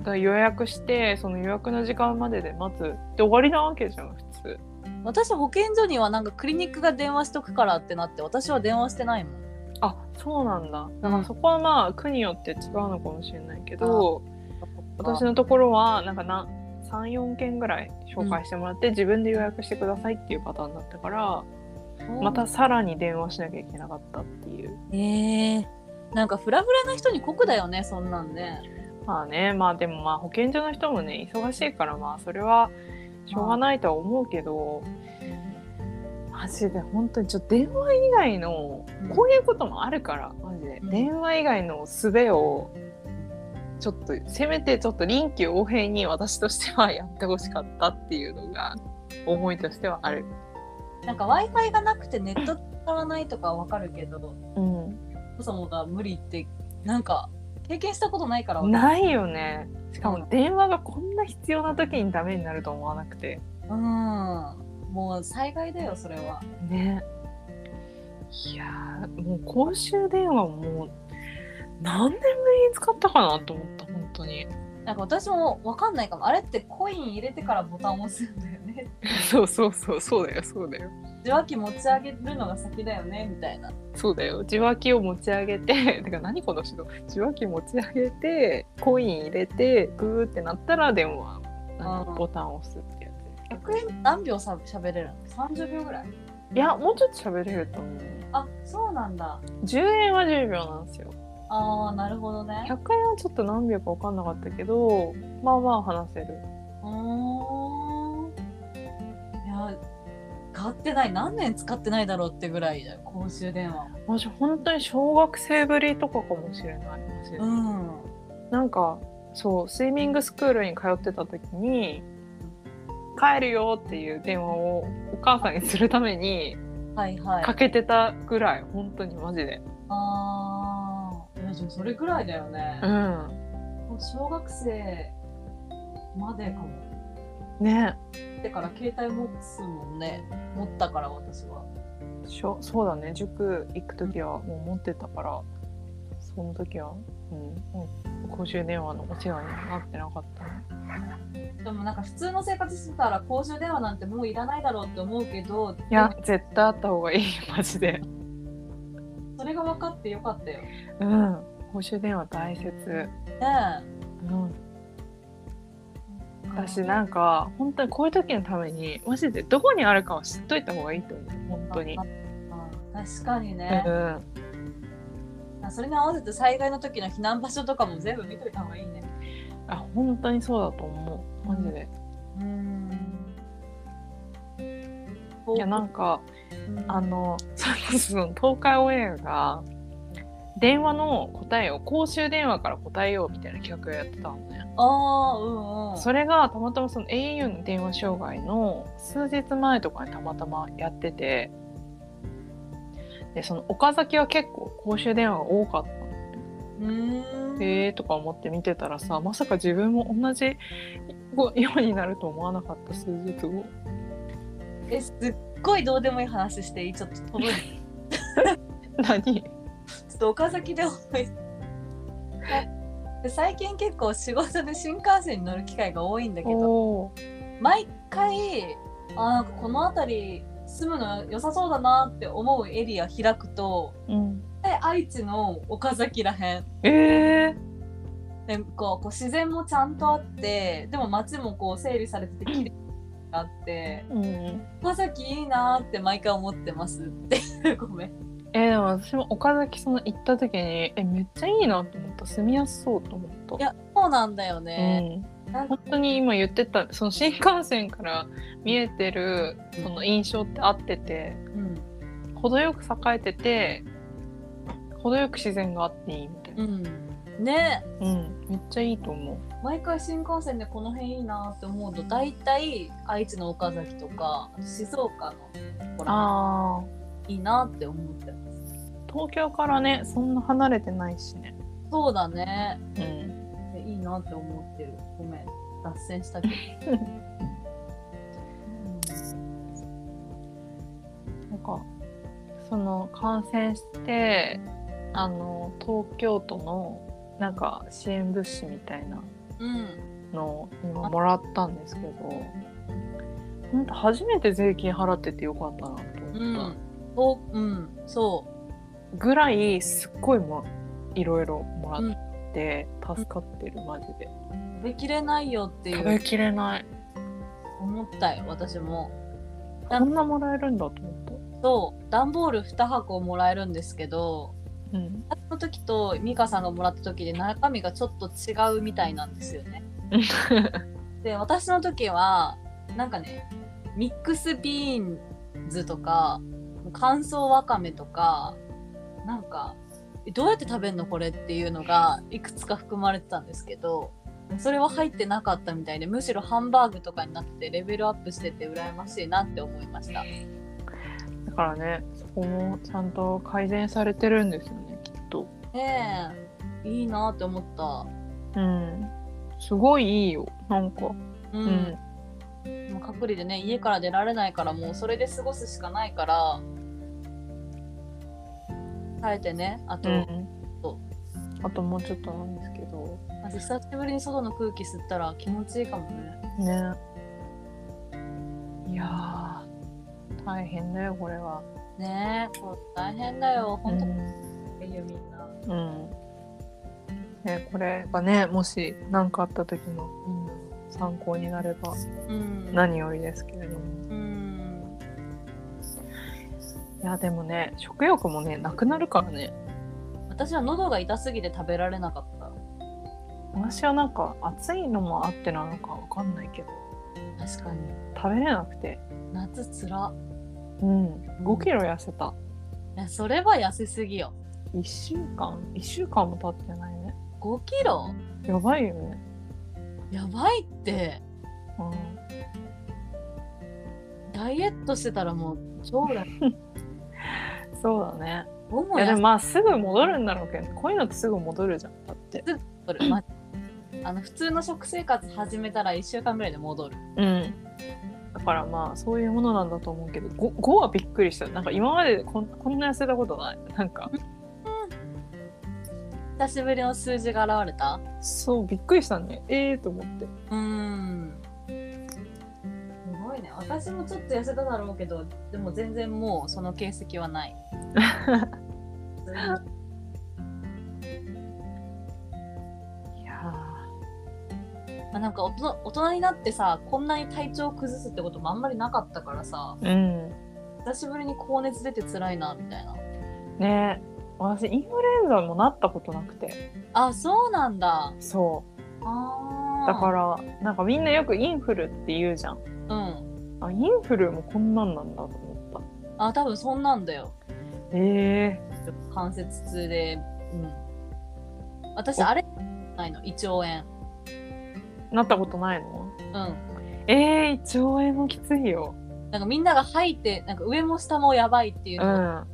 [SPEAKER 2] だから予約してその予約の時間までで待つで終わりなわけじゃん普通
[SPEAKER 1] 私保健所にはなんかクリニックが電話しとくからってなって私は電話してないもん
[SPEAKER 2] あそうなんだだからそこはまあ区によって違うのかもしれないけど私のところはなんかな34件ぐらい紹介してもらって、自分で予約してくださいっていうパターンになったからまたさらに電話しなきゃいけなかったっていう
[SPEAKER 1] えー、なんかフラフラな人に酷だよねそんなんね
[SPEAKER 2] まあねまあでもまあ保健所の人もね忙しいからまあそれはしょうがないとは思うけど、マジで本当にちょっと電話以外の
[SPEAKER 1] うん
[SPEAKER 2] こういうこともあるからマジで、
[SPEAKER 1] うん
[SPEAKER 2] 電話以外の術をちょっとせめてちょっと臨機応変に私としてはやってほしかったっていうのが思いとしてはある。
[SPEAKER 1] なんか w i f i がなくてネット使わないとかはわかるけど
[SPEAKER 2] うん、
[SPEAKER 1] そもそもが無理ってなんか経験したことないからわかんない
[SPEAKER 2] ないよねしかも電話がこんな必要な時にダメになると思わなくて。
[SPEAKER 1] うんもう災害だよそれは
[SPEAKER 2] ねいやーもう公衆電話もう何年ぶりに使ったかなと思った本当に
[SPEAKER 1] なんか私もわかんないかもあれってコイン入れてからボタン押すんだよね
[SPEAKER 2] そうそうそうそうだよそうだよ
[SPEAKER 1] 受話器持ち上げるのが先だよねみたいな
[SPEAKER 2] そうだよ受話器を持ち上げて てか何この人受話器持ち上げてコイン入れてグーってなったら電話あの
[SPEAKER 1] うん
[SPEAKER 2] ボタンを押すってやつ
[SPEAKER 1] 100円何秒さ喋れるの30秒ぐらい
[SPEAKER 2] いやもうちょっと喋れると思う
[SPEAKER 1] あそうなんだ
[SPEAKER 2] 10円は10秒なんですよ
[SPEAKER 1] あーなるほどね
[SPEAKER 2] 100円はちょっと何秒か分かんなかったけどまあまあ話せる
[SPEAKER 1] うーんいや買ってない何年使ってないだろうってぐらいだよ公衆電話
[SPEAKER 2] マジ本当に小学生ぶりとかかもしれないマジで
[SPEAKER 1] うん
[SPEAKER 2] なんかそうスイミングスクールに通ってた時に帰るよっていう電話をお母さんにするために
[SPEAKER 1] はいはい
[SPEAKER 2] かけてたぐらい本当にマジで
[SPEAKER 1] ああいやじゃあそれぐらいだよね
[SPEAKER 2] う、ん
[SPEAKER 1] もう小学生までかも
[SPEAKER 2] ね
[SPEAKER 1] だから携帯持つもんね持ったから私は
[SPEAKER 2] しょそうだね塾行く時はもう持ってたからその時は、うん、もう公衆電話のお世話になってなかったね
[SPEAKER 1] でもなんか普通の生活してたら公衆電話なんてもういらないだろうって思うけど
[SPEAKER 2] いや絶対あった方がいいマジで
[SPEAKER 1] それが分かってよかったよね
[SPEAKER 2] うん公衆電話大切うん
[SPEAKER 1] え
[SPEAKER 2] 私なんか本当にこういう時のためにマジでどこにあるかを知っといた方がいいと思う本当に、
[SPEAKER 1] うん確かにね
[SPEAKER 2] う、ん、
[SPEAKER 1] それに合わせて災害の時の避難場所とかも全部見といた方がいいね
[SPEAKER 2] あ本当にそうだと思うマジで、
[SPEAKER 1] うん
[SPEAKER 2] いやなんか
[SPEAKER 1] うん
[SPEAKER 2] あのそれこそその東海オンエアが電話の答えを公衆電話から答えようみたいな企画をやってたのね、
[SPEAKER 1] あーうんうん
[SPEAKER 2] それがたまたまその au の電話障害の数日前とかにたまたまやっててでその岡崎は結構公衆電話が多かったの
[SPEAKER 1] うーん
[SPEAKER 2] えーとか思って見てたらさまさか自分も同じようになると思わなかった数日後
[SPEAKER 1] えすっごいどうでもいい話していいちょっと 飛ぶちょ
[SPEAKER 2] 何
[SPEAKER 1] っと岡崎で思いで最近結構仕事で新幹線に乗る機会が多いんだけど
[SPEAKER 2] お
[SPEAKER 1] 毎回あなんかこの辺り住むの良さそうだなって思うエリア開くと
[SPEAKER 2] ー、うん、
[SPEAKER 1] で愛知の岡崎らへん
[SPEAKER 2] え
[SPEAKER 1] でこうこう自然もちゃんとあってでも街もこう整理されてて綺麗があって
[SPEAKER 2] ーうん、
[SPEAKER 1] 岡崎いいなーって毎回思ってますって ごめん
[SPEAKER 2] えーでも私も岡崎その行った時にえめっちゃいいなと思った住みやすそうと思った
[SPEAKER 1] いやそうなんだよね、
[SPEAKER 2] うん、本当に今言ってたその新幹線から見えてるその印象って合ってて
[SPEAKER 1] うん
[SPEAKER 2] 程よく栄えてて程よく自然があっていいみたいな
[SPEAKER 1] うんね
[SPEAKER 2] うん、めっちゃいいと思う。
[SPEAKER 1] 毎回新幹線でこの辺いいなって思うと大体愛知の岡崎とか静岡のところ
[SPEAKER 2] ああ、
[SPEAKER 1] いいなって思ってる
[SPEAKER 2] 東京からね、そんな離れてないしね。
[SPEAKER 1] そうだね
[SPEAKER 2] うん。
[SPEAKER 1] でいいなって思ってるごめん脱線したけど
[SPEAKER 2] なんか、その感染して、あの東京都のなんか支援物資みたいな
[SPEAKER 1] うん
[SPEAKER 2] のを今もらったんですけど、本当初めて税金払っててよかったなと
[SPEAKER 1] う
[SPEAKER 2] 思っ
[SPEAKER 1] んおうんそ
[SPEAKER 2] たぐらい、すっごいもいろいろもらって、助かってるマジで。
[SPEAKER 1] う食べきれないよってい
[SPEAKER 2] 食べ
[SPEAKER 1] う
[SPEAKER 2] きれない。
[SPEAKER 1] 思ったよ私も
[SPEAKER 2] こんなもらえるんだと思った。
[SPEAKER 1] そう段ボール2箱もらえるんですけど
[SPEAKER 2] うん、
[SPEAKER 1] その時と美香さんがもらった時で中身がちょっと違うみたいなんですよ ねで私の時はなんかねミックスビーンズとか乾燥わかめとかなんかえどうやって食べるのこれっていうのがいくつか含まれてたんですけどそれは入ってなかったみたいでむしろハンバーグとかになっててレベルアップしてて羨ましいなって思いました
[SPEAKER 2] だからねそこもちゃんと改善されてるんですよねきっと。
[SPEAKER 1] ねえいいなって思った
[SPEAKER 2] うん、すごいいいよなんか、
[SPEAKER 1] うん、
[SPEAKER 2] うん
[SPEAKER 1] もう隔離でね家から出られないからもうそれで過ごすしかないから耐えてねあと、そ
[SPEAKER 2] あともうちょっとなんですけど
[SPEAKER 1] まず久しぶりに外の空気吸ったら気持ちいいかもね。
[SPEAKER 2] ねいやー大変だよこれは。
[SPEAKER 1] ねえ、こう大変だよ、
[SPEAKER 2] う
[SPEAKER 1] 本当に
[SPEAKER 2] ん
[SPEAKER 1] いいよみんな。
[SPEAKER 2] うんね、これがねもし何かあった時のみんなの参考になれば
[SPEAKER 1] うん。
[SPEAKER 2] 何よりですけれども
[SPEAKER 1] うん。
[SPEAKER 2] いやでもね食欲もねなくなるからね
[SPEAKER 1] 私は喉が痛すぎて食べられなかった。
[SPEAKER 2] 私はなんか暑いのもあってなのかわかんないけど
[SPEAKER 1] 確かに。
[SPEAKER 2] 食べれなくて
[SPEAKER 1] 夏つら。
[SPEAKER 2] うん5キロ痩せた
[SPEAKER 1] いや、それは痩せすぎよ。
[SPEAKER 2] 1週間1週間も経ってないね
[SPEAKER 1] 5キロ
[SPEAKER 2] やばいよね
[SPEAKER 1] やばいって。
[SPEAKER 2] うん
[SPEAKER 1] ダイエットしてたらもう超だ。
[SPEAKER 2] そうだね
[SPEAKER 1] どうも
[SPEAKER 2] いや
[SPEAKER 1] や
[SPEAKER 2] で
[SPEAKER 1] っ
[SPEAKER 2] もまあすぐ戻るんだろうけどこういうのってすぐ戻るじゃんだって
[SPEAKER 1] とる。まあの普通の食生活始めたら1週間ぐらいで戻る。
[SPEAKER 2] うんだからまあそういうものなんだと思うけど 5, 5はびっくりしたなんか今までこんこんな痩せたことないなんか
[SPEAKER 1] 久しぶりの数字が現れた
[SPEAKER 2] そうびっくりしたねええー、と思って
[SPEAKER 1] うーん。すごいね。私もちょっと痩せただろうけど、でも全然もうその形跡は ない。
[SPEAKER 2] いや
[SPEAKER 1] まあなんか大人大人になってさ、こんなに体調崩すってこともあんまりなかったからさ、
[SPEAKER 2] うん
[SPEAKER 1] 久しぶりに高熱出て辛いなみたいな。
[SPEAKER 2] ね私インフルエンザもなったことなくて
[SPEAKER 1] あ、そうなんだ。
[SPEAKER 2] そう
[SPEAKER 1] ああ。
[SPEAKER 2] だからなんかみんなよくインフルって言うじゃん
[SPEAKER 1] ら。うん。
[SPEAKER 2] あインフルもこんなんなんだと思っ
[SPEAKER 1] あ、多分そんなんだよ。
[SPEAKER 2] たえ
[SPEAKER 1] 関節痛で。うん。私、あれないの。胃腸炎。
[SPEAKER 2] ー、なったことないの
[SPEAKER 1] うん。
[SPEAKER 2] えー、胃腸炎もきついよ
[SPEAKER 1] なんかみんなが吐いて、なんか上も下もやばいっていううんのを聞い
[SPEAKER 2] だ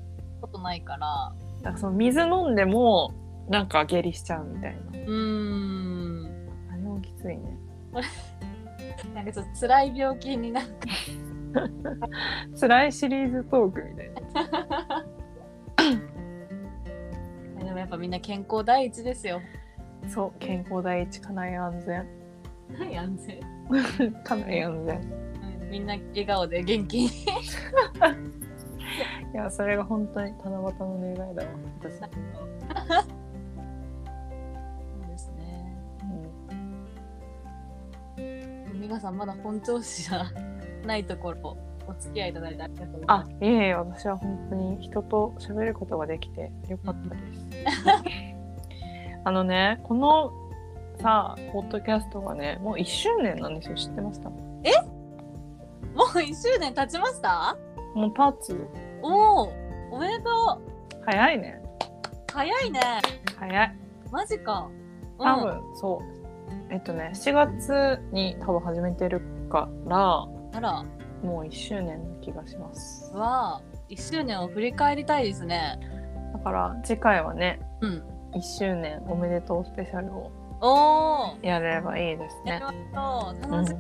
[SPEAKER 1] たことないから、
[SPEAKER 2] からその水飲んでもなんか下痢しちゃうみたいな
[SPEAKER 1] うーん、
[SPEAKER 2] あれもきついね
[SPEAKER 1] なんかちょっと辛い病気になる。
[SPEAKER 2] 辛いシリーズトークみたいな
[SPEAKER 1] でもやっぱみんな健康第一ですよ。
[SPEAKER 2] そう健康第一家内安全
[SPEAKER 1] はい、安全。
[SPEAKER 2] 家内安全
[SPEAKER 1] みんな笑顔で元気に。
[SPEAKER 2] いやそれが本当に七夕の願いだわ
[SPEAKER 1] そ
[SPEAKER 2] 私
[SPEAKER 1] うですね。皆さんまだ本調子じゃないところ、お付き合いいただいてありがとうございま
[SPEAKER 2] あいえいえ私は本当に人と喋ることができてよかったです。あのねこのさポッドキャストがねもう1周年なんですよ知ってましたも
[SPEAKER 1] す。もう1周年経ちました
[SPEAKER 2] うパーツ
[SPEAKER 1] おお、おめでとう
[SPEAKER 2] 早いね
[SPEAKER 1] 早いね。
[SPEAKER 2] 早い
[SPEAKER 1] マジか。うん
[SPEAKER 2] 多分そうえっとね7月に多分始めてるから
[SPEAKER 1] あら、
[SPEAKER 2] もう1周年の気がします
[SPEAKER 1] は1周年を振り返りたいですね。
[SPEAKER 2] だから次回はね
[SPEAKER 1] うん。
[SPEAKER 2] 1周年おめでとうスペシャルを
[SPEAKER 1] おー
[SPEAKER 2] やればいいです
[SPEAKER 1] や
[SPEAKER 2] ね
[SPEAKER 1] りましょう。
[SPEAKER 2] うん
[SPEAKER 1] 楽しい。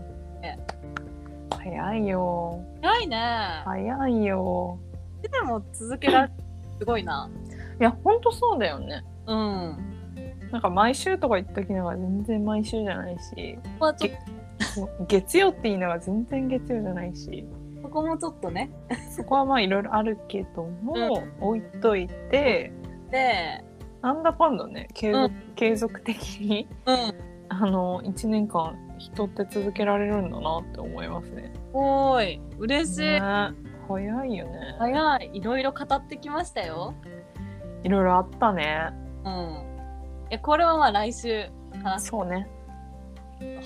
[SPEAKER 2] 早いよ
[SPEAKER 1] 早いね。
[SPEAKER 2] 早いよ
[SPEAKER 1] いつでも続けられるすごいな。
[SPEAKER 2] いやほんとそうだよね
[SPEAKER 1] うん。
[SPEAKER 2] なんか毎週とか言っときながら全然毎週じゃないし
[SPEAKER 1] ここはちょっ
[SPEAKER 2] もう月曜って言いながら全然月曜じゃないし
[SPEAKER 1] と、ここもちょっとね。
[SPEAKER 2] そこはまあいろいろあるけども、置いといて
[SPEAKER 1] で、
[SPEAKER 2] なんだかんだね継続,、
[SPEAKER 1] う
[SPEAKER 2] 継続的に
[SPEAKER 1] うん。
[SPEAKER 2] あの1年間人って続けられるんだなって思いますね。
[SPEAKER 1] おーい、嬉しい。
[SPEAKER 2] ね早いよね。
[SPEAKER 1] 早い。いろいろ語ってきましたよ。
[SPEAKER 2] いろいろあったね。
[SPEAKER 1] うん。え、これはまあ来週話す
[SPEAKER 2] そうね。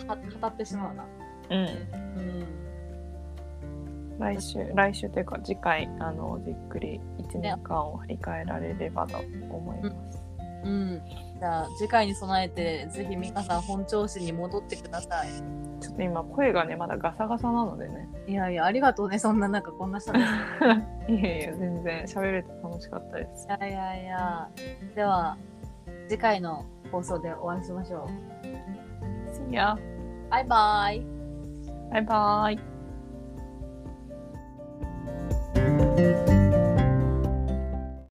[SPEAKER 1] は語ってしまうな。
[SPEAKER 2] うん。
[SPEAKER 1] うん。
[SPEAKER 2] 来週来週というか次回あのじっくり1年間を振り返られればと思います。
[SPEAKER 1] うん。じゃあ次回に備えてぜひ皆さん本調子に戻ってください。
[SPEAKER 2] ちょっと今声がねまだガサガサなのでね。
[SPEAKER 1] いやいや、ありがとうね、そんななんかこんな人です。
[SPEAKER 2] いやいや全然喋れて楽しかったです
[SPEAKER 1] い。やいやいや。では、次回の放送でお会いしましょう。
[SPEAKER 2] いや
[SPEAKER 1] バイバイ。
[SPEAKER 2] バイバイ。